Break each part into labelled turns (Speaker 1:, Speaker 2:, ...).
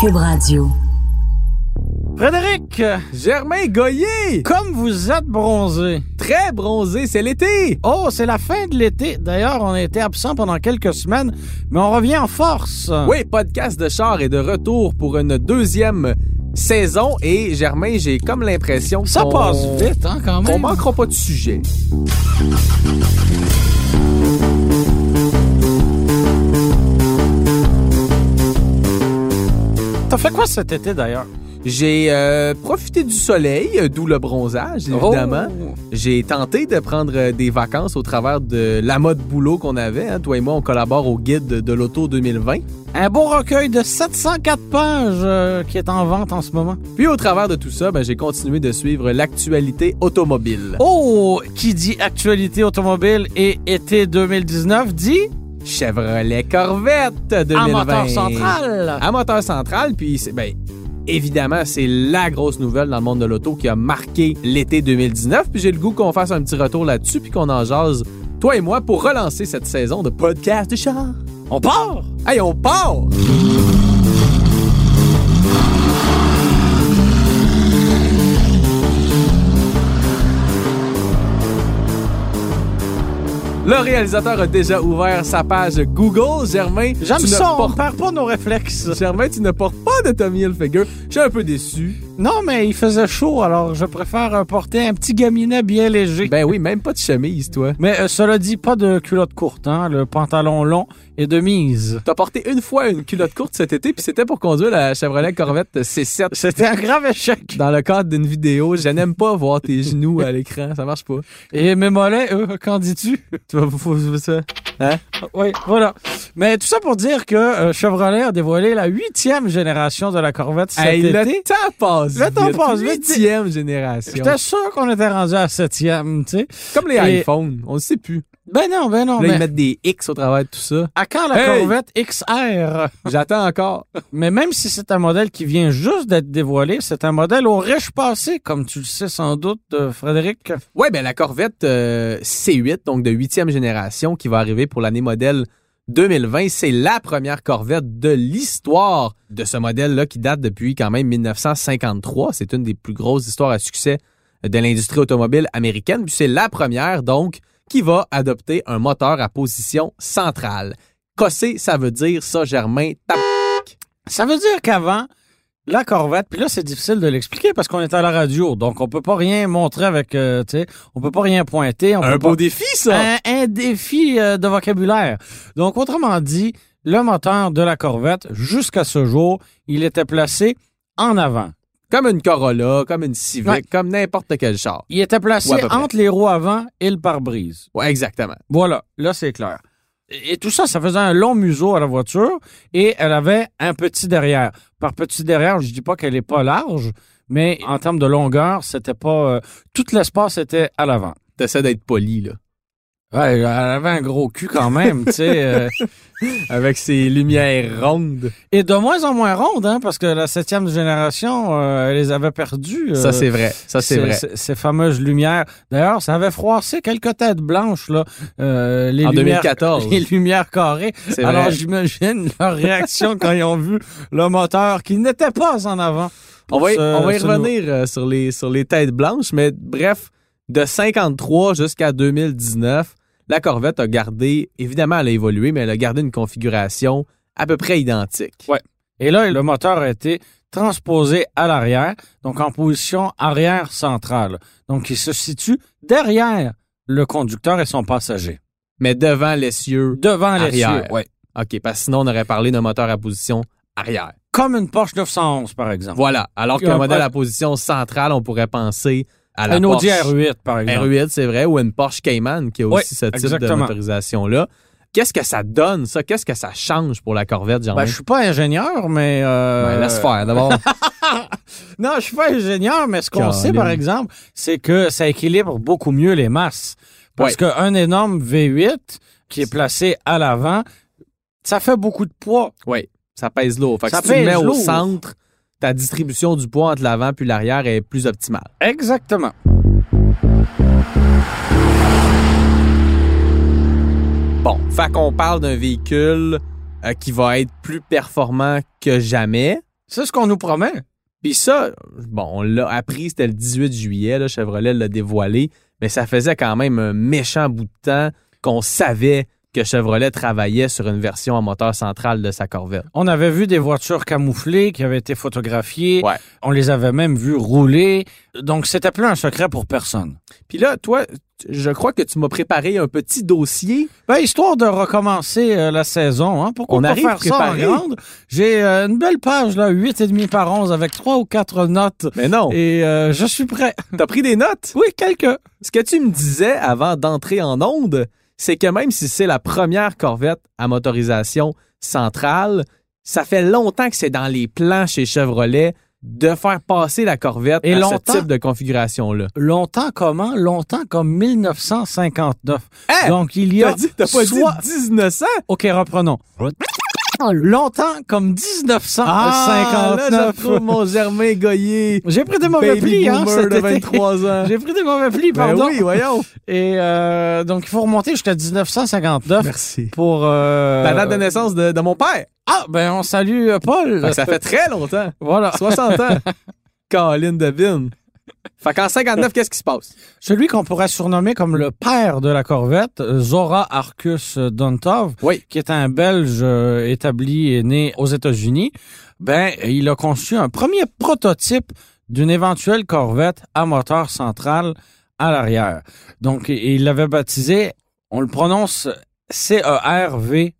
Speaker 1: Cube Radio.
Speaker 2: Frédéric, euh,
Speaker 3: Germain Goyer!
Speaker 2: comme vous êtes bronzé.
Speaker 3: Très bronzé, c'est l'été!
Speaker 2: Oh, c'est la fin de l'été. D'ailleurs, on a été absent pendant quelques semaines, mais on revient en force.
Speaker 3: Oui, podcast de char est de retour pour une deuxième saison et Germain, j'ai comme l'impression
Speaker 2: Ça
Speaker 3: qu'on-
Speaker 2: passe vite, hein, quand
Speaker 3: qu'on
Speaker 2: même.
Speaker 3: manquera pas de sujet.
Speaker 2: T'as fait quoi cet été, d'ailleurs?
Speaker 3: J'ai euh, profité du soleil, euh, d'où le bronzage, évidemment.
Speaker 2: Oh.
Speaker 3: J'ai tenté de prendre euh, des vacances au travers de la mode boulot qu'on avait. hein. Toi et moi, on collabore au guide de l'auto 2020.
Speaker 2: Un beau recueil de 704 pages euh, qui est en vente en ce moment.
Speaker 3: Puis au travers de tout ça, ben, j'ai continué de suivre l'actualité automobile.
Speaker 2: Oh, qui dit actualité automobile et été 2019 dit
Speaker 3: Chevrolet Corvette 2020.
Speaker 2: à moteur central.
Speaker 3: à moteur central, puis c'est ben évidemment, c'est la grosse nouvelle dans le monde de l'auto qui a marqué l'été 2019, puis j'ai le goût qu'on fasse un petit retour là-dessus puis qu'on en jase toi et moi pour relancer cette saison de podcast de char.
Speaker 2: On part!
Speaker 3: Hey, on part. Le réalisateur a déjà ouvert sa page Google. Germain,
Speaker 2: J'aime
Speaker 3: tu ne
Speaker 2: ça, on
Speaker 3: portes
Speaker 2: perd pas nos réflexes.
Speaker 3: Germain, tu ne portes pas de Tommy Hilfiger. Je suis un peu déçu.
Speaker 2: Non, mais il faisait chaud, alors je préfère euh, porter un petit gaminet bien léger.
Speaker 3: Ben oui, même pas de chemise, toi.
Speaker 2: Mais euh, cela dit, pas de culotte courte, hein. Le pantalon long est de mise.
Speaker 3: T'as porté une fois une culotte courte cet été, puis c'était pour conduire la Chevrolet Corvette C7
Speaker 2: C'était un grave échec.
Speaker 3: dans le cadre d'une vidéo. Je n'aime pas voir tes genoux à l'écran, ça marche pas.
Speaker 2: Et mes mollets, eux, qu'en dis-tu?
Speaker 3: Tu vas vous- vous vous- ça.
Speaker 2: Oui, voilà. Mais tout ça pour dire que euh, Chevrolet a dévoilé la huitième génération de la Corvette cet
Speaker 3: Hey, le
Speaker 2: été.
Speaker 3: temps passe
Speaker 2: Le temps
Speaker 3: vite.
Speaker 2: passe vite.
Speaker 3: Huitième génération.
Speaker 2: J'étais sûr qu'on était rendu à la septième, tu sais.
Speaker 3: Comme les
Speaker 2: Et-
Speaker 3: iPhones, on ne sait plus.
Speaker 2: Ben non, ben non,
Speaker 3: Là, ils
Speaker 2: mais
Speaker 3: mettent des X au travers de tout ça.
Speaker 2: à quand la
Speaker 3: Hey!
Speaker 2: Corvette XR?
Speaker 3: J'attends encore.
Speaker 2: Mais même si c'est un modèle qui vient juste d'être dévoilé, c'est un modèle au riche passé, comme tu le sais sans doute, euh, Frédéric.
Speaker 3: Ouais, ben la Corvette euh, C8, donc de huitième génération, qui va arriver pour l'année modèle 2020, c'est la première Corvette de l'histoire de ce modèle-là qui date depuis quand même 1953. C'est une des plus grosses histoires à succès de l'industrie automobile américaine. Puis c'est la première, donc, qui va adopter un moteur à position centrale. Cossé, ça veut dire ça, Germain. Tap-
Speaker 2: Ça veut dire qu'avant, la Corvette, puis là, c'est difficile de l'expliquer parce qu'on est à la radio, donc on peut pas rien montrer avec, euh, tu sais, on peut pas rien pointer. On peut pas-
Speaker 3: défi,
Speaker 2: un, un défi euh, de vocabulaire. Donc, autrement dit, le moteur de la Corvette, jusqu'à ce jour, il était placé en avant.
Speaker 3: Comme une Corolla, comme une Civic,
Speaker 2: Ouais.
Speaker 3: comme n'importe quel char.
Speaker 2: Il était placé
Speaker 3: Ou à peu près.
Speaker 2: entre les roues avant et le pare-brise.
Speaker 3: Ouais, exactement.
Speaker 2: Voilà, là c'est clair. Et et tout ça, ça faisait un long museau à la voiture et elle avait un petit derrière. Par petit derrière, je dis pas qu'elle est pas large, mais en termes de longueur, c'était pas euh, tout l'espace était à l'avant.
Speaker 3: T'essaies d'être poli, là.
Speaker 2: Ouais, elle avait un gros cul quand même, tu sais. euh.
Speaker 3: Avec ses lumières rondes.
Speaker 2: et de moins en moins ronde, hein, parce que la septième génération, euh, elle les avait perdues. euh,
Speaker 3: Ça, c'est vrai. Ça, c'est
Speaker 2: ces-
Speaker 3: vrai.
Speaker 2: ces- Ces fameuses lumières. D'ailleurs, ça avait froissé quelques têtes blanches, là. euh, les
Speaker 3: En
Speaker 2: lumières-
Speaker 3: 2014.
Speaker 2: Les lumières carrées.
Speaker 3: C'est vrai.
Speaker 2: Alors j'imagine leur réaction quand ils ont vu le moteur qui n'était pas en avant.
Speaker 3: on, va y,
Speaker 2: ce-
Speaker 3: on va y
Speaker 2: ce
Speaker 3: revenir euh, sur, les, sur les têtes blanches, mais bref, de 53 jusqu'à 2019, la Corvette a gardé, évidemment, elle a évolué, mais elle a gardé une configuration à peu près identique.
Speaker 2: Ouais. Et là, le moteur a été transposé à l'arrière, donc en position arrière centrale. Donc il se situe derrière le conducteur et son passager,
Speaker 3: Mais devant l'essieu.
Speaker 2: devant
Speaker 3: Arrière.
Speaker 2: l'essieu. Ouais.
Speaker 3: OK, parce que sinon, on aurait parlé d'un moteur à position arrière.
Speaker 2: Comme une Porsche 911 par exemple.
Speaker 3: Voilà. Alors
Speaker 2: Il y
Speaker 3: qu'un
Speaker 2: a un
Speaker 3: modèle
Speaker 2: pas-
Speaker 3: à position centrale, on pourrait penser à la
Speaker 2: Un Audi
Speaker 3: Porsche.
Speaker 2: R8 par exemple.
Speaker 3: R8, c'est vrai, ou une Porsche Cayman qui a aussi
Speaker 2: Oui,
Speaker 3: ce type de
Speaker 2: exactement.
Speaker 3: motorisation-là. Qu'est-ce que ça donne, ça? Qu'est-ce que ça change pour la Corvette, Germain?
Speaker 2: Ben, je suis pas ingénieur, mais euh,
Speaker 3: Ouais, laisse faire, d'abord.
Speaker 2: Non, je suis pas ingénieur, mais ce qu'on
Speaker 3: Caroline.
Speaker 2: sait, par exemple, c'est que ça équilibre beaucoup mieux les masses. Parce
Speaker 3: Ouais.
Speaker 2: qu'un énorme V8 qui est placé à l'avant, ça fait beaucoup de poids.
Speaker 3: oui, ça pèse lourd. Fait que
Speaker 2: Ça
Speaker 3: si tu le mets
Speaker 2: pèse
Speaker 3: au
Speaker 2: lourd.
Speaker 3: centre, ta distribution du poids entre l'avant puis l'arrière est plus optimale.
Speaker 2: Exactement.
Speaker 3: Bon, fait qu'on parle d'un véhicule euh, qui va être plus performant que jamais,
Speaker 2: C'est ce qu'on nous promet.
Speaker 3: Puis ça, bon, on l'a appris, c'était le 18 juillet, là, Chevrolet l'a dévoilé, mais ça faisait quand même un méchant bout de temps qu'on savait que Chevrolet travaillait sur une version à moteur central de sa Corvette.
Speaker 2: On avait vu des voitures camouflées qui avaient été photographiées.
Speaker 3: Ouais.
Speaker 2: On les avait même vues rouler. Donc, c'était plus un secret pour personne.
Speaker 3: Puis là, toi, tu- je crois que tu m'as préparé un petit dossier.
Speaker 2: Ben, histoire de recommencer euh, la saison, hein, pourquoi
Speaker 3: On
Speaker 2: pas
Speaker 3: arrive
Speaker 2: faire
Speaker 3: préparé.
Speaker 2: ça en grande? J'ai euh, une belle page, là, 8,5 par 11, avec trois ou quatre notes.
Speaker 3: Mais non,
Speaker 2: Et euh, je suis prêt.
Speaker 3: t'as pris des notes.
Speaker 2: Oui, quelques.
Speaker 3: Ce que tu me disais avant d'entrer en onde, c'est que même si c'est la première Corvette à motorisation centrale, ça fait longtemps que c'est dans les plans chez Chevrolet de faire passer la Corvette
Speaker 2: Et
Speaker 3: à
Speaker 2: longtemps.
Speaker 3: ce type de configuration-là.
Speaker 2: Longtemps comment? Longtemps comme 1959.
Speaker 3: Hein?
Speaker 2: Donc, il y
Speaker 3: T'as
Speaker 2: a...
Speaker 3: dit, t'as pas
Speaker 2: soit-
Speaker 3: dit 1900?
Speaker 2: OK, reprenons. Longtemps comme 1959.
Speaker 3: là, Ah, je retrouve mon Germain Goyer,
Speaker 2: J'ai pris des mauvais
Speaker 3: baby
Speaker 2: plis, hein,
Speaker 3: boomer
Speaker 2: cet
Speaker 3: de
Speaker 2: été.
Speaker 3: 23 ans.
Speaker 2: J'ai pris des mauvais plis,
Speaker 3: Ben
Speaker 2: pardon.
Speaker 3: oui, voyons.
Speaker 2: Et euh, donc, il faut remonter jusqu'à 1959
Speaker 3: Merci.
Speaker 2: pour... euh,
Speaker 3: La date de naissance de, de mon père.
Speaker 2: Ah, ben on salue euh, Paul.
Speaker 3: Fait que ça fait très longtemps.
Speaker 2: Voilà.
Speaker 3: 60 ans. Colin Devine. Fait qu'en 59, qu'est-ce qui se passe?
Speaker 2: Celui qu'on pourrait surnommer comme le père de la Corvette, euh, Zora Arcus Dontov,
Speaker 3: Oui.
Speaker 2: qui est un Belge euh, établi et né aux États-Unis, ben il a conçu un premier prototype d'une éventuelle Corvette à moteur central à l'arrière. Donc et- et il l'avait baptisé, on le prononce E CERV1.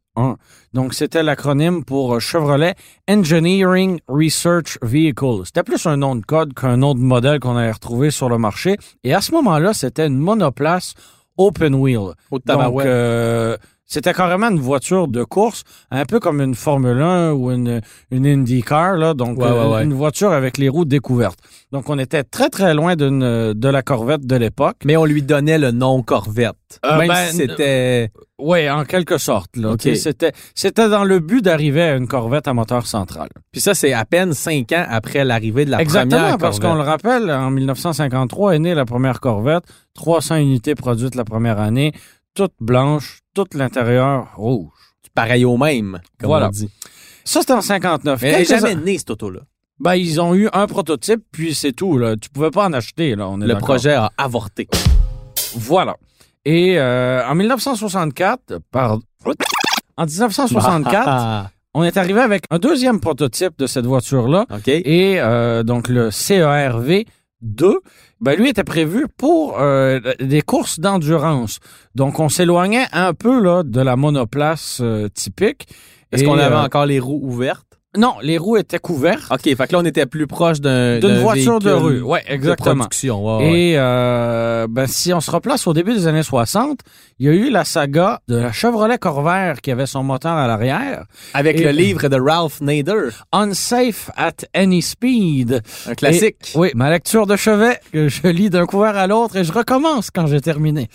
Speaker 2: Donc c'était l'acronyme pour euh, Chevrolet Engineering Research Vehicle. C'était plus un nom de code qu'un nom de modèle qu'on avait retrouvé sur le marché. Et à ce moment-là, c'était une monoplace open wheel.
Speaker 3: Au
Speaker 2: Donc, euh, c'était carrément une voiture de course, un peu comme une Formule 1 ou une, une IndyCar, là. Donc,
Speaker 3: Ouais, ouais,
Speaker 2: euh,
Speaker 3: ouais.
Speaker 2: une voiture avec les roues découvertes. Donc, on était très, très loin d'une, euh, de la Corvette de l'époque.
Speaker 3: Mais on lui donnait le nom Corvette.
Speaker 2: Euh,
Speaker 3: même
Speaker 2: ben,
Speaker 3: si c'était.
Speaker 2: Oui, en quelque sorte, là.
Speaker 3: OK.
Speaker 2: Tu sais, C'était, c'était dans le but d'arriver à une Corvette à moteur central.
Speaker 3: Puis ça, c'est à peine cinq ans après l'arrivée de la
Speaker 2: Exactement,
Speaker 3: première
Speaker 2: parce
Speaker 3: Corvette.
Speaker 2: qu'on le rappelle, en 1953 est née la première Corvette, 300 unités produites la première année, toutes blanches, tout l'intérieur rouge.
Speaker 3: Pareil au même, comme
Speaker 2: Voilà.
Speaker 3: on dit.
Speaker 2: Ça, c'était en 59.
Speaker 3: Mais elle est
Speaker 2: Quelques-
Speaker 3: jamais née, cette auto-là.
Speaker 2: Ben, ils ont eu un prototype, puis c'est tout. Là. Tu pouvais pas en acheter, là. On est
Speaker 3: Le
Speaker 2: d'accord.
Speaker 3: projet a avorté.
Speaker 2: Voilà. Et euh, en 1964, pardon. En 1964,
Speaker 3: Ah,
Speaker 2: on est arrivé avec un deuxième prototype de cette voiture-là.
Speaker 3: ah, ah. OK. Et
Speaker 2: Et euh, donc, le CERV 2, ben, lui était prévu pour euh, des courses d'endurance. Donc, on s'éloignait un peu là, de la monoplace euh, typique.
Speaker 3: Est-ce
Speaker 2: Et,
Speaker 3: qu'on avait
Speaker 2: euh,
Speaker 3: encore les roues ouvertes?
Speaker 2: Non, les roues étaient couvertes
Speaker 3: OK, fait que là, on était plus proche d'un.
Speaker 2: d'une
Speaker 3: d'un
Speaker 2: voiture de
Speaker 3: véhicule
Speaker 2: rue. Oui,
Speaker 3: de
Speaker 2: exactement.
Speaker 3: production. Ouais, ouais.
Speaker 2: Et euh, ben, si on se replace au début des années 60, il y a eu la saga de la Chevrolet Corvair qui avait son moteur à l'arrière,
Speaker 3: Avec
Speaker 2: et-
Speaker 3: le livre de Ralph Nader,
Speaker 2: Unsafe at Any Speed.
Speaker 3: un classique.
Speaker 2: Oui, ma lecture de chevet que je lis d'un couvert à l'autre et je recommence quand j'ai terminé.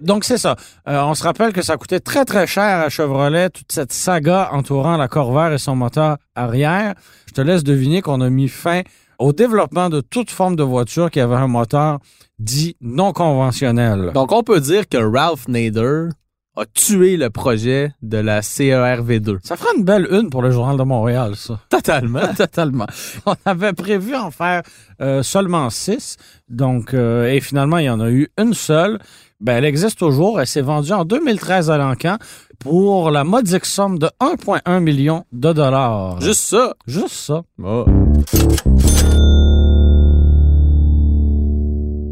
Speaker 2: Donc c'est ça. Euh, on se rappelle que ça coûtait très très cher à Chevrolet toute cette saga entourant la Corvair et son moteur arrière. Je te laisse deviner qu'on a mis fin au développement de toute forme de voiture qui avait un moteur dit non conventionnel.
Speaker 3: Donc, on peut dire que Ralph Nader a tué le projet de la E CERV2.
Speaker 2: Ça fera une belle une pour le Journal de Montréal, ça.
Speaker 3: Totalement.
Speaker 2: Totalement. On avait prévu en faire euh, seulement six. Donc, euh, et finalement, il y en a eu une seule. Ben, elle existe toujours. Elle s'est vendue en 2013 à Lancan pour la modique somme de 1,1 million de dollars.
Speaker 3: Juste ça.
Speaker 2: Juste ça.
Speaker 3: Oh.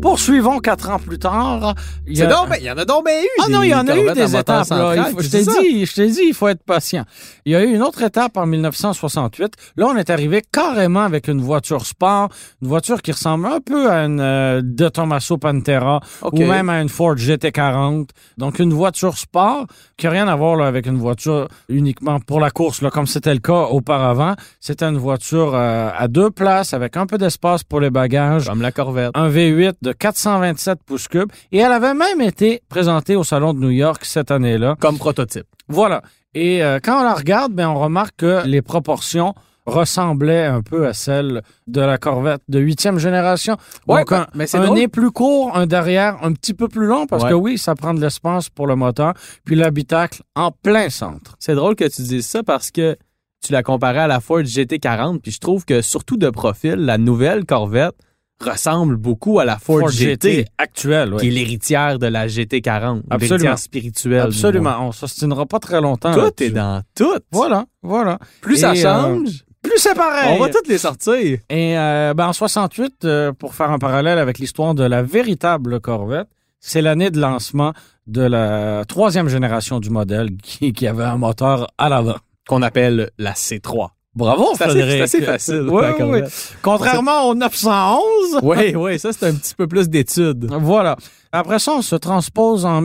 Speaker 2: Poursuivons quatre ans plus tard. Il y
Speaker 3: C'est
Speaker 2: a-
Speaker 3: donc ben- il y en a donc bien eu.
Speaker 2: Ah non, il y en a eu
Speaker 3: corvettes à
Speaker 2: des
Speaker 3: moteur
Speaker 2: étapes. là.
Speaker 3: central,
Speaker 2: Il faut-
Speaker 3: tu
Speaker 2: je
Speaker 3: dis
Speaker 2: t'ai
Speaker 3: ça?
Speaker 2: dit, je t'ai dit, il faut être patient. Il y a eu une autre étape en 1968. Là, on est arrivé carrément avec une voiture sport, une voiture qui ressemble un peu à une euh, De Tomaso Pantera
Speaker 3: OK.
Speaker 2: ou même à une Ford GT40. Donc, une voiture sport qui n'a rien à voir là, avec une voiture uniquement pour la course, là, comme c'était le cas auparavant. C'était une voiture euh, à deux places avec un peu d'espace pour les bagages
Speaker 3: Comme la corvette.
Speaker 2: un V8 de 427 pouces cubes et elle avait même été présentée au Salon de New York cette année-là.
Speaker 3: Comme prototype.
Speaker 2: Voilà. Et euh, quand on la regarde, ben, on remarque que les proportions ressemblaient un peu à celles de la Corvette de huitième génération.
Speaker 3: Ouais,
Speaker 2: Donc, un,
Speaker 3: mais c'est
Speaker 2: un
Speaker 3: drôle.
Speaker 2: nez plus court, un derrière un petit peu plus long, parce
Speaker 3: Ouais.
Speaker 2: que oui, ça prend de l'espace pour le moteur, puis l'habitacle en plein centre.
Speaker 3: C'est drôle que tu dises ça parce que tu la comparais à la Ford GT40, puis je trouve que surtout de profil, la nouvelle Corvette ressemble beaucoup à la Ford,
Speaker 2: Ford
Speaker 3: GT,
Speaker 2: GT actuel,
Speaker 3: qui est
Speaker 2: oui.
Speaker 3: l'héritière de la GT40,
Speaker 2: Absolument.
Speaker 3: l'héritière spirituelle. du
Speaker 2: Absolument. On s'ostinera pas très longtemps.
Speaker 3: moins. Tout
Speaker 2: là-dessus.
Speaker 3: est dans tout.
Speaker 2: Voilà, voilà.
Speaker 3: Plus
Speaker 2: Et,
Speaker 3: ça
Speaker 2: euh,
Speaker 3: change,
Speaker 2: Plus c'est pareil.
Speaker 3: on va toutes les sortir.
Speaker 2: Et euh, ben, en 68, euh, pour faire un parallèle avec l'histoire de la véritable Corvette, c'est l'année de lancement de la troisième génération du modèle qui, qui avait un moteur à l'avant.
Speaker 3: Qu'on appelle la C3.
Speaker 2: Bravo,
Speaker 3: C'est assez-
Speaker 2: Frédéric.
Speaker 3: c'est assez facile,
Speaker 2: Ouais,
Speaker 3: la
Speaker 2: ouais,
Speaker 3: Corvette.
Speaker 2: ouais. Contrairement au 911.
Speaker 3: Oui, oui, ça c'est un petit peu plus d'études.
Speaker 2: Voilà. Après ça, on se transpose en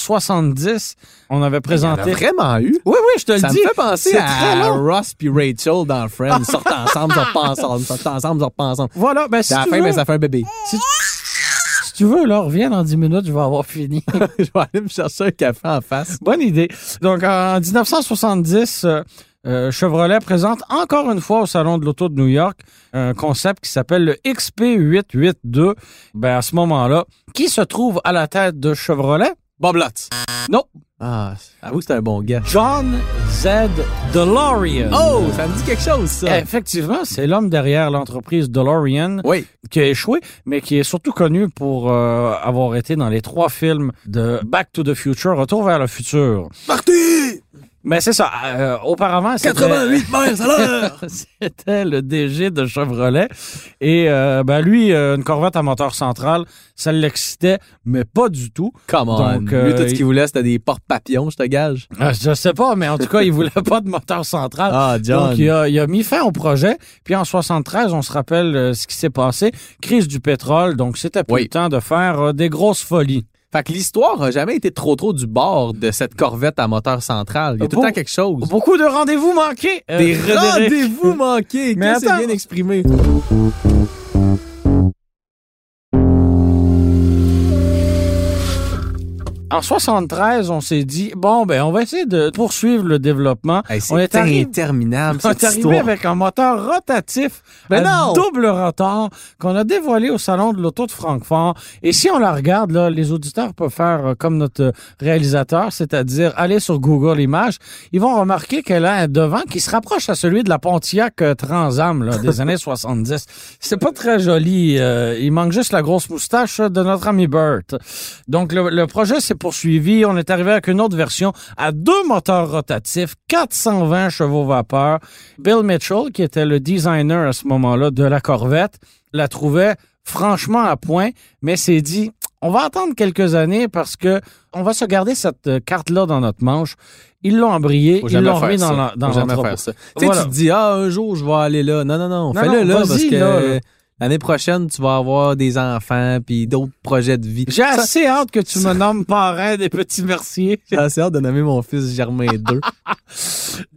Speaker 2: 1970. On avait présenté.
Speaker 3: vraiment eu.
Speaker 2: Oui, oui, je te le
Speaker 3: Ça me
Speaker 2: dis.
Speaker 3: fait penser
Speaker 2: c'est très
Speaker 3: à
Speaker 2: long.
Speaker 3: Ross puis Rachel dans Friends. Sortent ensemble, sortent pas ensemble, sortent ensemble, sortent pas ensemble.
Speaker 2: Voilà, ben, si
Speaker 3: Puis à la
Speaker 2: tu,
Speaker 3: fin,
Speaker 2: veux,
Speaker 3: ben, ça fait un bébé.
Speaker 2: si tu veux, là, reviens dans 10 minutes, je vais avoir fini.
Speaker 3: Je vais aller me chercher un café en face.
Speaker 2: Bonne idée. Donc, en 1970, euh, euh, Chevrolet présente encore une fois au Salon de l'Auto de New York un concept qui s'appelle le XP882. Ben, à ce moment-là, qui se trouve à la tête de Chevrolet?
Speaker 3: Bob Lutz.
Speaker 2: Non.
Speaker 3: Ah, avoue que c'est un bon gars.
Speaker 2: John Z. DeLorean.
Speaker 3: Oh, Eh, ça me dit quelque chose, ça.
Speaker 2: Effectivement, c'est l'homme derrière l'entreprise DeLorean
Speaker 3: Oui.
Speaker 2: qui a échoué, mais qui est surtout connu pour euh, avoir été dans les trois films de Back to the Future, Retour vers le futur.
Speaker 3: Parti!
Speaker 2: Mais c'est ça. euh, auparavant, c'était...
Speaker 3: miles à l'heure!
Speaker 2: C'était le DG de Chevrolet. Et euh, ben lui, euh, une Corvette à moteur central, ça l'excitait, mais pas du tout.
Speaker 3: Come on.
Speaker 2: Donc, euh,
Speaker 3: Lui, tout ce
Speaker 2: il-
Speaker 3: qu'il voulait, c'était des porte-papillons, je te gage.
Speaker 2: Euh, je sais pas, mais en tout cas, il voulait pas de moteur central.
Speaker 3: Ah, John.
Speaker 2: Donc, il a, il a mis fin au projet. Puis en 73, on se rappelle euh, ce qui s'est passé. Crise du pétrole. Donc, c'était plus
Speaker 3: Oui.
Speaker 2: le temps de faire euh, des grosses folies.
Speaker 3: Fait que l'histoire a jamais été trop trop du bord de cette corvette à moteur central. Il y a tout le
Speaker 2: Bon.
Speaker 3: temps quelque chose.
Speaker 2: Beaucoup de rendez-vous manqués. euh,
Speaker 3: Des
Speaker 2: Frédéric.
Speaker 3: rendez-vous manqués.
Speaker 2: Mais
Speaker 3: Que c'est
Speaker 2: attends.
Speaker 3: bien exprimé.
Speaker 2: En 73, on s'est dit, bon, ben, on va essayer de poursuivre le développement.
Speaker 3: Hey,
Speaker 2: on est
Speaker 3: c'est
Speaker 2: arrivé
Speaker 3: interminable,
Speaker 2: On
Speaker 3: cette
Speaker 2: est arrivé
Speaker 3: histoire.
Speaker 2: avec un moteur rotatif
Speaker 3: Mais
Speaker 2: à
Speaker 3: non!
Speaker 2: double rotor qu'on a dévoilé au salon de l'auto de Francfort. Et si on la regarde, là, les auditeurs peuvent faire euh, comme notre réalisateur, c'est-à-dire aller sur Google Images. Ils vont remarquer qu'elle a un devant qui se rapproche à celui de la Pontiac euh, Transam là, des années 70. C'est pas très joli. euh, il manque juste la grosse moustache euh, de notre ami Burt. Donc, le, le projet s'est poursuivi. On est arrivé avec une autre version à deux moteurs rotatifs, 420 chevaux vapeur. Bill Mitchell, qui était le designer à ce moment-là de la Corvette, la trouvait franchement à point, mais s'est dit, on va attendre quelques années parce que on va se garder cette euh, carte-là dans notre manche. Ils l'ont embrayée,
Speaker 3: Faut
Speaker 2: ils
Speaker 3: jamais
Speaker 2: l'ont
Speaker 3: faire
Speaker 2: remis dans
Speaker 3: ça.
Speaker 2: la- dans
Speaker 3: Faut jamais
Speaker 2: l'entrepôt.
Speaker 3: faire ça. Tu sais,
Speaker 2: Voilà.
Speaker 3: tu te dis, ah, un jour, je vais aller là. Non, non,
Speaker 2: Non,
Speaker 3: non, fais-le
Speaker 2: non,
Speaker 3: là,
Speaker 2: vas-y,
Speaker 3: parce que
Speaker 2: là.
Speaker 3: euh, l'année prochaine, tu vas avoir des enfants puis d'autres projets de vie.
Speaker 2: J'ai
Speaker 3: Ça-
Speaker 2: assez hâte que tu me nommes parrain des petits merciers.
Speaker 3: J'ai assez hâte de nommer mon fils Germain 2.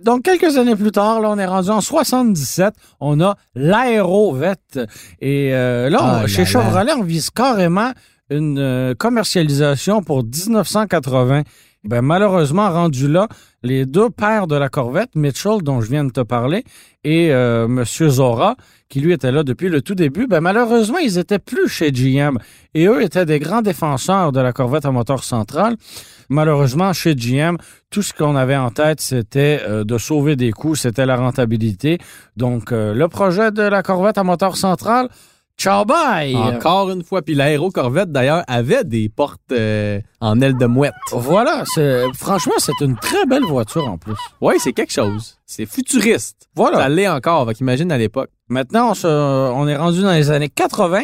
Speaker 2: Donc, quelques années plus tard, là, on est rendu en 77. On a l'aérovette. Et euh, là, on-
Speaker 3: Ah
Speaker 2: chez
Speaker 3: là
Speaker 2: Chevrolet, on vise carrément une euh, commercialisation pour 1980. Ben, malheureusement, rendu là, les deux pères de la Corvette, Mitchell, dont je viens de te parler, et euh, Monsieur Zora, qui lui était là depuis le tout début, ben, malheureusement, ils étaient plus chez GM. Et eux étaient des grands défenseurs de la Corvette à moteur central. Malheureusement, chez GM, tout ce qu'on avait en tête, c'était euh, de sauver des coûts, c'était la rentabilité. Donc, euh, le projet de la Corvette à moteur central, ciao
Speaker 3: euh,
Speaker 2: bye!
Speaker 3: Encore une fois. Puis l'aérocorvette, d'ailleurs, avait des portes euh, en ailes de mouette.
Speaker 2: Voilà, c'est franchement, c'est une très belle voiture en plus.
Speaker 3: Oui, c'est quelque chose. C'est futuriste. Ça
Speaker 2: Voilà.
Speaker 3: l'est encore. Fait qu'imagine à l'époque.
Speaker 2: Maintenant, on, se- on est rendu dans les années 80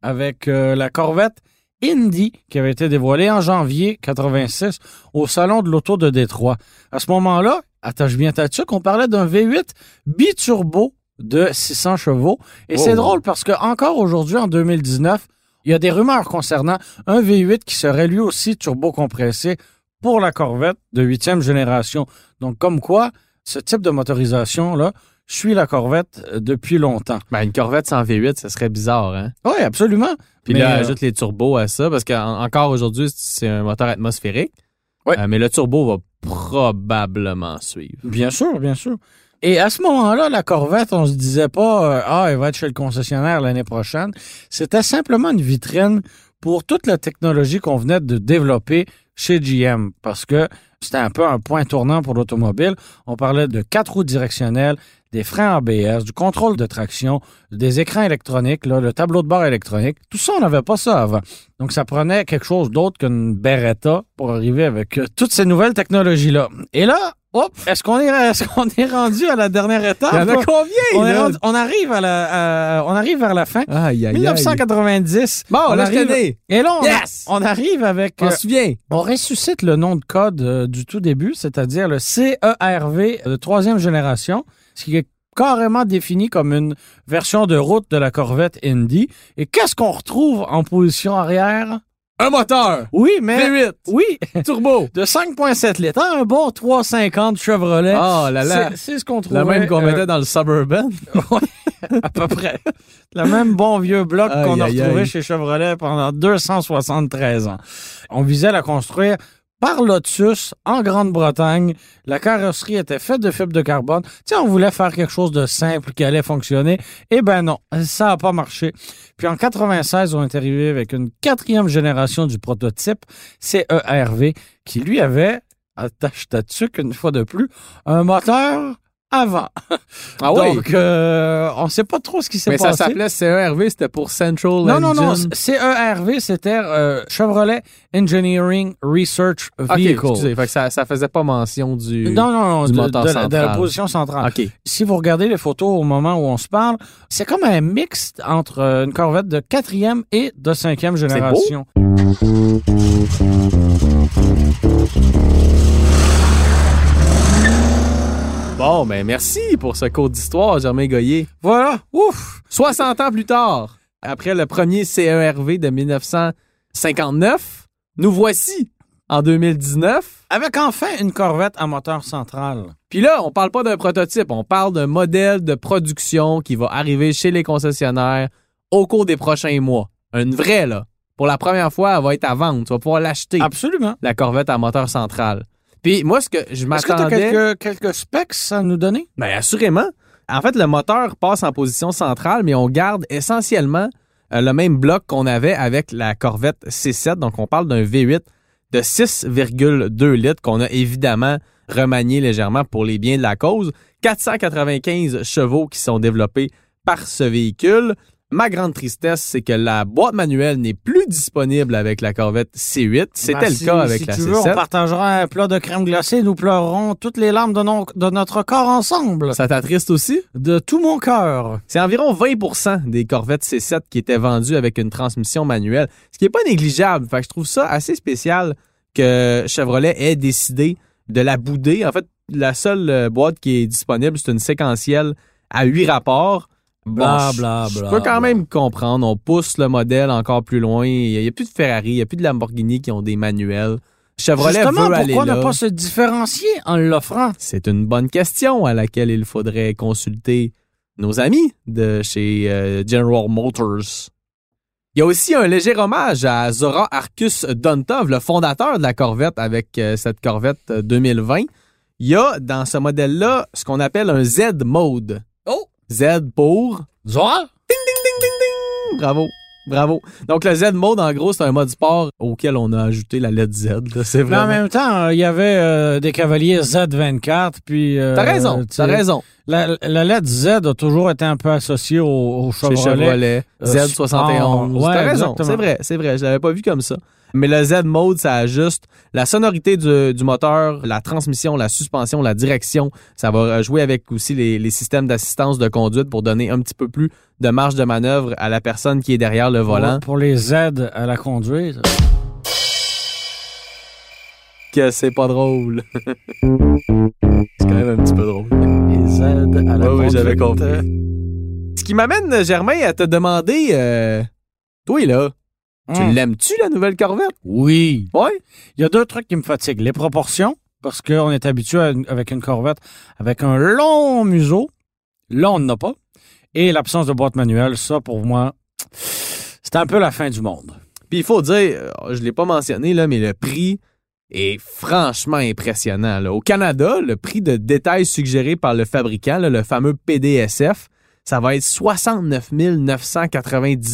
Speaker 2: avec euh, la Corvette Indy qui avait été dévoilée en janvier 86 au salon de l'auto de Détroit. À ce moment-là, attache bien ta tuque, on parlait d'un V8 biturbo de 600 chevaux. Et
Speaker 3: Wow.
Speaker 2: c'est drôle parce que encore aujourd'hui, en 2019, il y a des rumeurs concernant un V8 qui serait lui aussi turbocompressé pour la Corvette de huitième génération. Donc, comme quoi, ce type de motorisation-là suit la Corvette euh, depuis longtemps.
Speaker 3: Ben, une corvette sans V8, ça serait bizarre, hein?
Speaker 2: Oui, absolument.
Speaker 3: Puis
Speaker 2: Mais,
Speaker 3: là,
Speaker 2: euh,
Speaker 3: ajoute les turbos à ça, parce qu'encore aujourd'hui, c'est un moteur atmosphérique.
Speaker 2: Ouais.
Speaker 3: Euh, mais le turbo va probablement suivre.
Speaker 2: Bien sûr, bien sûr. Et à ce moment-là, la Corvette, on se disait pas euh, ah, elle va être chez le concessionnaire l'année prochaine. C'était simplement une vitrine pour toute la technologie qu'on venait de développer chez GM parce que c'était un peu un point tournant pour l'automobile. On parlait de quatre roues directionnelles, des freins ABS, du contrôle de traction, des écrans électroniques, là, le tableau de bord électronique. Tout ça, on n'avait pas ça avant. Donc, ça prenait quelque chose d'autre qu'une Beretta pour arriver avec euh, toutes ces nouvelles technologies-là. Et là, hop, est-ce qu'on est, est-ce qu'on est rendu à la dernière étape?
Speaker 3: Il y en a combien,
Speaker 2: Ah, on, est
Speaker 3: là?
Speaker 2: rendu- on arrive à la, à- on arrive vers la fin.
Speaker 3: Aïe, aïe, aïe.
Speaker 2: 1990.
Speaker 3: Bon,
Speaker 2: on
Speaker 3: là, je
Speaker 2: arrive-
Speaker 3: t'ai dit.
Speaker 2: Et là, on,
Speaker 3: Yes!
Speaker 2: on arrive avec.
Speaker 3: Je m'en
Speaker 2: euh,
Speaker 3: souviens.
Speaker 2: on ressuscite le nom de code euh, du tout début, c'est-à-dire le CERV de troisième génération, ce qui est carrément défini comme une version de route de la Corvette Indy. Et qu'est-ce qu'on retrouve en position arrière?
Speaker 3: Un moteur.
Speaker 2: Oui, mais...
Speaker 3: V8.
Speaker 2: Oui,
Speaker 3: Turbo.
Speaker 2: de 5,7 litres. Ah, Un bon 3,50 Chevrolet.
Speaker 3: Oh là là.
Speaker 2: C'est- C'est euh, ce qu'on trouve.
Speaker 3: La même qu'on mettait dans le Suburban.
Speaker 2: à peu près. Le même bon vieux bloc
Speaker 3: Aïe,
Speaker 2: qu'on a
Speaker 3: aïe,
Speaker 2: retrouvé
Speaker 3: aïe.
Speaker 2: chez Chevrolet pendant 273 ans. On visait la construire par Lotus en Grande-Bretagne. La carrosserie était faite de fibres de carbone. Tu sais, on voulait faire quelque chose de simple qui allait fonctionner. Eh ben non, ça n'a pas marché. Puis en 96, on est arrivé avec une quatrième génération du prototype CERV qui lui avait, attache ta tuque une fois de plus, un moteur avant.
Speaker 3: Ah
Speaker 2: Donc, euh, on ne sait pas trop ce qui s'est
Speaker 3: Mais
Speaker 2: passé.
Speaker 3: ça s'appelait
Speaker 2: E
Speaker 3: CERV, c'était pour Central
Speaker 2: non, non, non.
Speaker 3: Engine.
Speaker 2: CERV, c'était euh, Chevrolet Engineering Research
Speaker 3: OK,
Speaker 2: Vehicle.
Speaker 3: excusez, fait que ça, ça faisait pas mention du...
Speaker 2: non, non, non,
Speaker 3: du
Speaker 2: de,
Speaker 3: moteur
Speaker 2: de la, de la
Speaker 3: central.
Speaker 2: position centrale.
Speaker 3: OK.
Speaker 2: Si vous regardez les photos au moment où on se parle, c'est comme un mix entre euh, une Corvette de quatrième et de cinquième génération.
Speaker 3: Bon, ben merci pour ce cours d'histoire, Germain Goyer.
Speaker 2: Voilà, ouf!
Speaker 3: 60 ans plus tard, après le premier CERV de 1959, nous voici en 2019.
Speaker 2: Avec enfin une Corvette à moteur central.
Speaker 3: Puis là, on parle pas d'un prototype, on parle d'un modèle de production qui va arriver chez les concessionnaires au cours des prochains mois. Une vraie, là. Pour la première fois, elle va être à vendre. Tu vas pouvoir l'acheter,
Speaker 2: Absolument.
Speaker 3: la Corvette à moteur central. Puis moi, ce que je
Speaker 2: Est-ce que tu as
Speaker 3: m'attendais...
Speaker 2: quelques, quelques specs à nous donner?
Speaker 3: Bien, Ben, assurément. En fait, le moteur passe en position centrale, mais on garde essentiellement euh, le même bloc qu'on avait avec la Corvette C7. Donc, on parle d'un V8 de 6,2 litres qu'on a évidemment remanié légèrement pour les biens de la cause. 495 chevaux qui sont développés par ce véhicule. Ma grande tristesse, c'est que la boîte manuelle n'est plus disponible avec la Corvette C8. C'était
Speaker 2: Ben,
Speaker 3: le
Speaker 2: si-
Speaker 3: cas avec
Speaker 2: si
Speaker 3: la
Speaker 2: tu
Speaker 3: C7.
Speaker 2: veux, on partagera un plat de crème glacée. Nous pleurerons toutes les larmes de, non- de notre corps ensemble.
Speaker 3: Ça t'attriste aussi?
Speaker 2: De tout mon cœur.
Speaker 3: C'est environ 20 des Corvettes C7 qui étaient vendues avec une transmission manuelle, ce qui n'est pas négligeable. Fait que je trouve ça assez spécial que Chevrolet ait décidé de la bouder. En fait, la seule euh, boîte qui est disponible, c'est une séquentielle à 8 rapports.
Speaker 2: Bla,
Speaker 3: je-
Speaker 2: bla,
Speaker 3: Je
Speaker 2: bla,
Speaker 3: peux
Speaker 2: bla.
Speaker 3: quand même comprendre. On pousse le modèle encore plus loin. Il n'y a, plus de Ferrari, il n'y a plus de Lamborghini qui ont des manuels. Chevrolet
Speaker 2: Justement,
Speaker 3: veut aller
Speaker 2: pourquoi
Speaker 3: là.
Speaker 2: ne pas se différencier en l'offrant?
Speaker 3: C'est une bonne question à laquelle il faudrait consulter nos amis de chez euh, General Motors. Il y a aussi un léger hommage à Zora Arcus Dontov, le fondateur de la Corvette avec euh, cette Corvette euh, 2020. Il y a dans ce modèle-là ce qu'on appelle un Z mode.
Speaker 2: Oh!
Speaker 3: Z pour
Speaker 2: Zora?
Speaker 3: bravo. Bravo. Donc le Z mode en gros, c'est un mode sport auquel on a ajouté la lettre Z. là. C'est
Speaker 2: Mais en
Speaker 3: vraiment
Speaker 2: même temps, euh, il y avait euh, des cavaliers Z24, puis... euh,
Speaker 3: T'as raison,
Speaker 2: tu
Speaker 3: t'as
Speaker 2: sais,
Speaker 3: raison.
Speaker 2: La, la lettre Z a toujours été un peu associée au, au
Speaker 3: chez
Speaker 2: Chevrolet.
Speaker 3: Chevrolet.
Speaker 2: Euh,
Speaker 3: Z71.
Speaker 2: ouais,
Speaker 3: T'as raison,
Speaker 2: exactement.
Speaker 3: c'est vrai, c'est vrai. Je l'avais pas vu comme ça. Mais le Z Mode, ça ajuste la sonorité du, du moteur, la transmission, la suspension, la direction. Ça va jouer avec aussi les, les systèmes d'assistance de conduite pour donner un petit peu plus de marge de manœuvre à la personne qui est derrière le
Speaker 2: Pour-
Speaker 3: volant.
Speaker 2: Pour les Z à la conduite.
Speaker 3: Que c'est pas drôle. c'est quand même un petit peu drôle.
Speaker 2: Les Z à la
Speaker 3: Oui,
Speaker 2: conduite.
Speaker 3: oui, j'avais compris. Ce qui m'amène, Germain, à te demander, euh, toi là,
Speaker 2: Hum.
Speaker 3: tu l'aimes-tu la nouvelle Corvette?
Speaker 2: Oui.
Speaker 3: Ouais.
Speaker 2: Il y a deux trucs qui me fatiguent. Les proportions, parce qu'on est habitué à une- avec une corvette avec un long museau. Là, on n'en a pas. Et l'absence de boîte manuelle, ça, pour moi, c'est un peu la fin du monde.
Speaker 3: Puis il faut dire, euh, je l'ai pas mentionné, là, mais le prix est franchement impressionnant. là. Au Canada, le prix de détail suggéré par le fabricant, là, le fameux PDSF, ça va être 69 998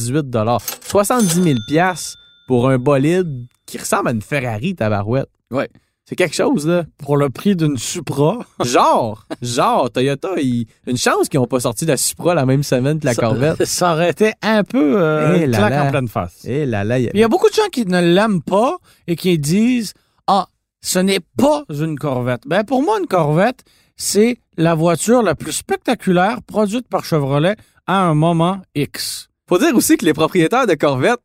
Speaker 3: 70 000 piastres. pour un bolide qui ressemble à une Ferrari, tabarouette.
Speaker 1: Ouais.
Speaker 3: C'est quelque chose, là.
Speaker 2: Pour le prix d'une Supra.
Speaker 3: Genre, genre, Toyota, ils- une chance qu'ils n'ont pas sorti la Supra la même semaine que la
Speaker 2: Ça-
Speaker 3: Corvette.
Speaker 2: Ça aurait été un peu euh,
Speaker 3: Eh
Speaker 2: une
Speaker 3: là
Speaker 2: claque
Speaker 3: là.
Speaker 2: en pleine face.
Speaker 3: Eh là là, il y a-
Speaker 2: Il y a beaucoup de gens qui ne l'aiment pas et qui disent Ah, ce n'est pas une Corvette. Ben, pour moi, une Corvette, c'est la voiture la plus spectaculaire produite par Chevrolet à un moment X.
Speaker 3: Faut dire aussi que les propriétaires de Corvette,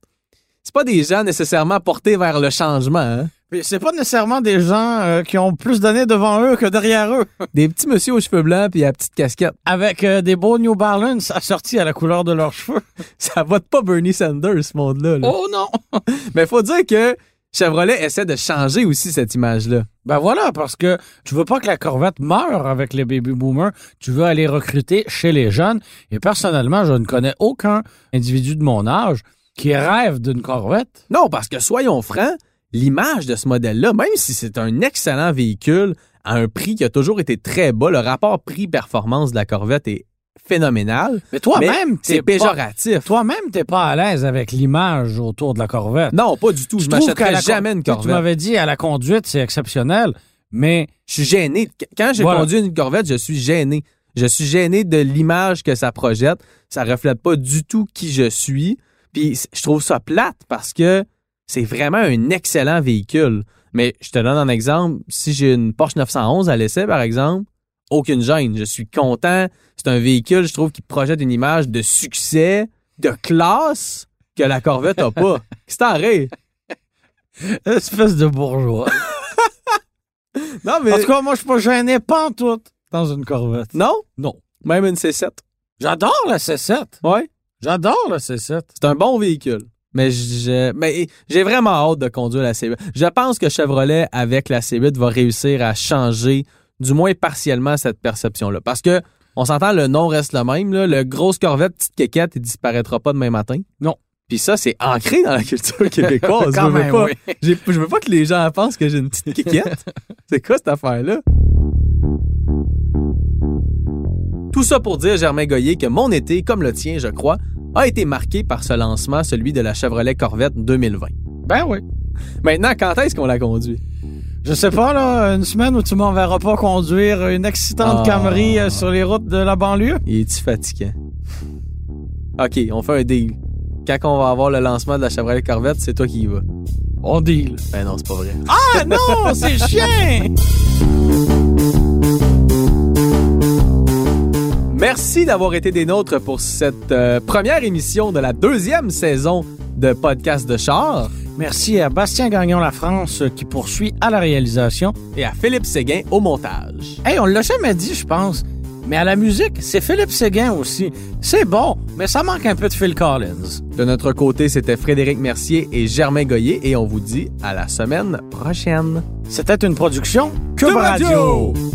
Speaker 3: c'est pas des gens nécessairement portés vers le changement. hein.
Speaker 2: Mais c'est pas nécessairement des gens euh, qui ont plus donné devant eux que derrière eux.
Speaker 3: Des petits messieurs aux cheveux blancs puis à la petite casquette.
Speaker 2: Avec euh, des beaux New Balance assortis à la couleur de leurs cheveux.
Speaker 3: Ça vote pas Bernie Sanders, ce monde-là. là.
Speaker 2: Oh non!
Speaker 3: Mais faut dire que Chevrolet essaie de changer aussi cette image-là.
Speaker 2: Ben voilà, parce que tu veux pas que la Corvette meure avec les baby boomers. Tu veux aller recruter chez les jeunes. Et personnellement, je ne connais aucun individu de mon âge qui rêve d'une Corvette.
Speaker 3: Non, parce que soyons francs, l'image de ce modèle-là, même si c'est un excellent véhicule à un prix qui a toujours été très bas, le rapport prix-performance de la Corvette est phénoménal.
Speaker 2: Mais
Speaker 3: Mais
Speaker 2: toi-même, t'es
Speaker 3: C'est
Speaker 2: pas,
Speaker 3: péjoratif.
Speaker 2: toi-même, t'es pas à l'aise avec l'image autour de la Corvette.
Speaker 3: Non, pas du tout. Je,
Speaker 2: trouve qu'à
Speaker 3: m'achèterais
Speaker 2: la cor-
Speaker 3: jamais une
Speaker 2: Tu sais, Tu
Speaker 3: Corvette.
Speaker 2: m'avais dit à la conduite, c'est exceptionnel, mais
Speaker 3: Je suis gêné. Qu- Quand j'ai
Speaker 2: Voilà.
Speaker 3: conduit une Corvette, je suis gêné. Je suis gêné de l'image que ça projette. Ça reflète pas du tout qui je suis. Puis c- je trouve ça plate parce que c'est vraiment un excellent véhicule. Mais je te donne un exemple. Si j'ai une Porsche 911 à l'essai, par exemple, aucune gêne. Je suis content. C'est un véhicule, je trouve, qui projette une image de succès, de classe que la Corvette a pas. C'est arrêt.
Speaker 2: espèce de bourgeois.
Speaker 3: Non, mais.
Speaker 2: En tout cas, moi, je suis pas gêné pantoute dans une Corvette.
Speaker 3: non?
Speaker 2: Non.
Speaker 3: Même une C7.
Speaker 2: J'adore la C7.
Speaker 3: Ouais.
Speaker 2: J'adore la C7.
Speaker 3: C'est un bon véhicule. Mais je- mais j'ai vraiment hâte de conduire la C8. Je pense que Chevrolet, avec la C8, va réussir à changer, du moins partiellement, cette perception-là. Parce que, on s'entend, le nom reste le même. Là. Le grosse Corvette, petite quéquette, il disparaîtra pas demain matin.
Speaker 2: Non.
Speaker 3: Puis ça, c'est ancré dans la culture québécoise.
Speaker 2: Quand
Speaker 3: je, veux
Speaker 2: même,
Speaker 3: pas,
Speaker 2: oui.
Speaker 3: j'ai- je veux pas que les gens pensent que j'ai une petite quéquette. c'est quoi cette affaire-là? Tout ça pour dire, Germain Goyer, que mon été, comme le tien, je crois, a été marqué par ce lancement, celui de la Chevrolet Corvette 2020.
Speaker 2: Ben oui.
Speaker 3: Maintenant, quand est-ce qu'on la conduit?
Speaker 2: Je sais pas, là, une semaine où tu m'enverras pas conduire une excitante
Speaker 3: Ah.
Speaker 2: Camry euh, sur les routes de la banlieue.
Speaker 3: Il est-tu fatigant? OK, on fait un deal. Quand on va avoir le lancement de la Chevrolet Corvette, c'est toi qui y vas.
Speaker 2: On deal.
Speaker 3: Ben non, c'est pas vrai.
Speaker 2: Ah non, c'est chien!
Speaker 3: Merci d'avoir été des nôtres pour cette euh, première émission de la deuxième saison de Podcast de Char
Speaker 2: Merci à Bastien Gagnon La France euh, qui poursuit à la réalisation.
Speaker 3: et à Philippe Séguin au montage.
Speaker 2: Hey, on l'a jamais dit, je pense. Mais à la musique, c'est Philippe Séguin aussi. C'est bon, mais ça manque un peu de Phil Collins.
Speaker 3: De notre côté, c'était Frédéric Mercier et Germain Goyer et on vous dit à la semaine prochaine.
Speaker 2: C'était une production Cube,
Speaker 3: Cube
Speaker 2: Radio.
Speaker 3: Radio.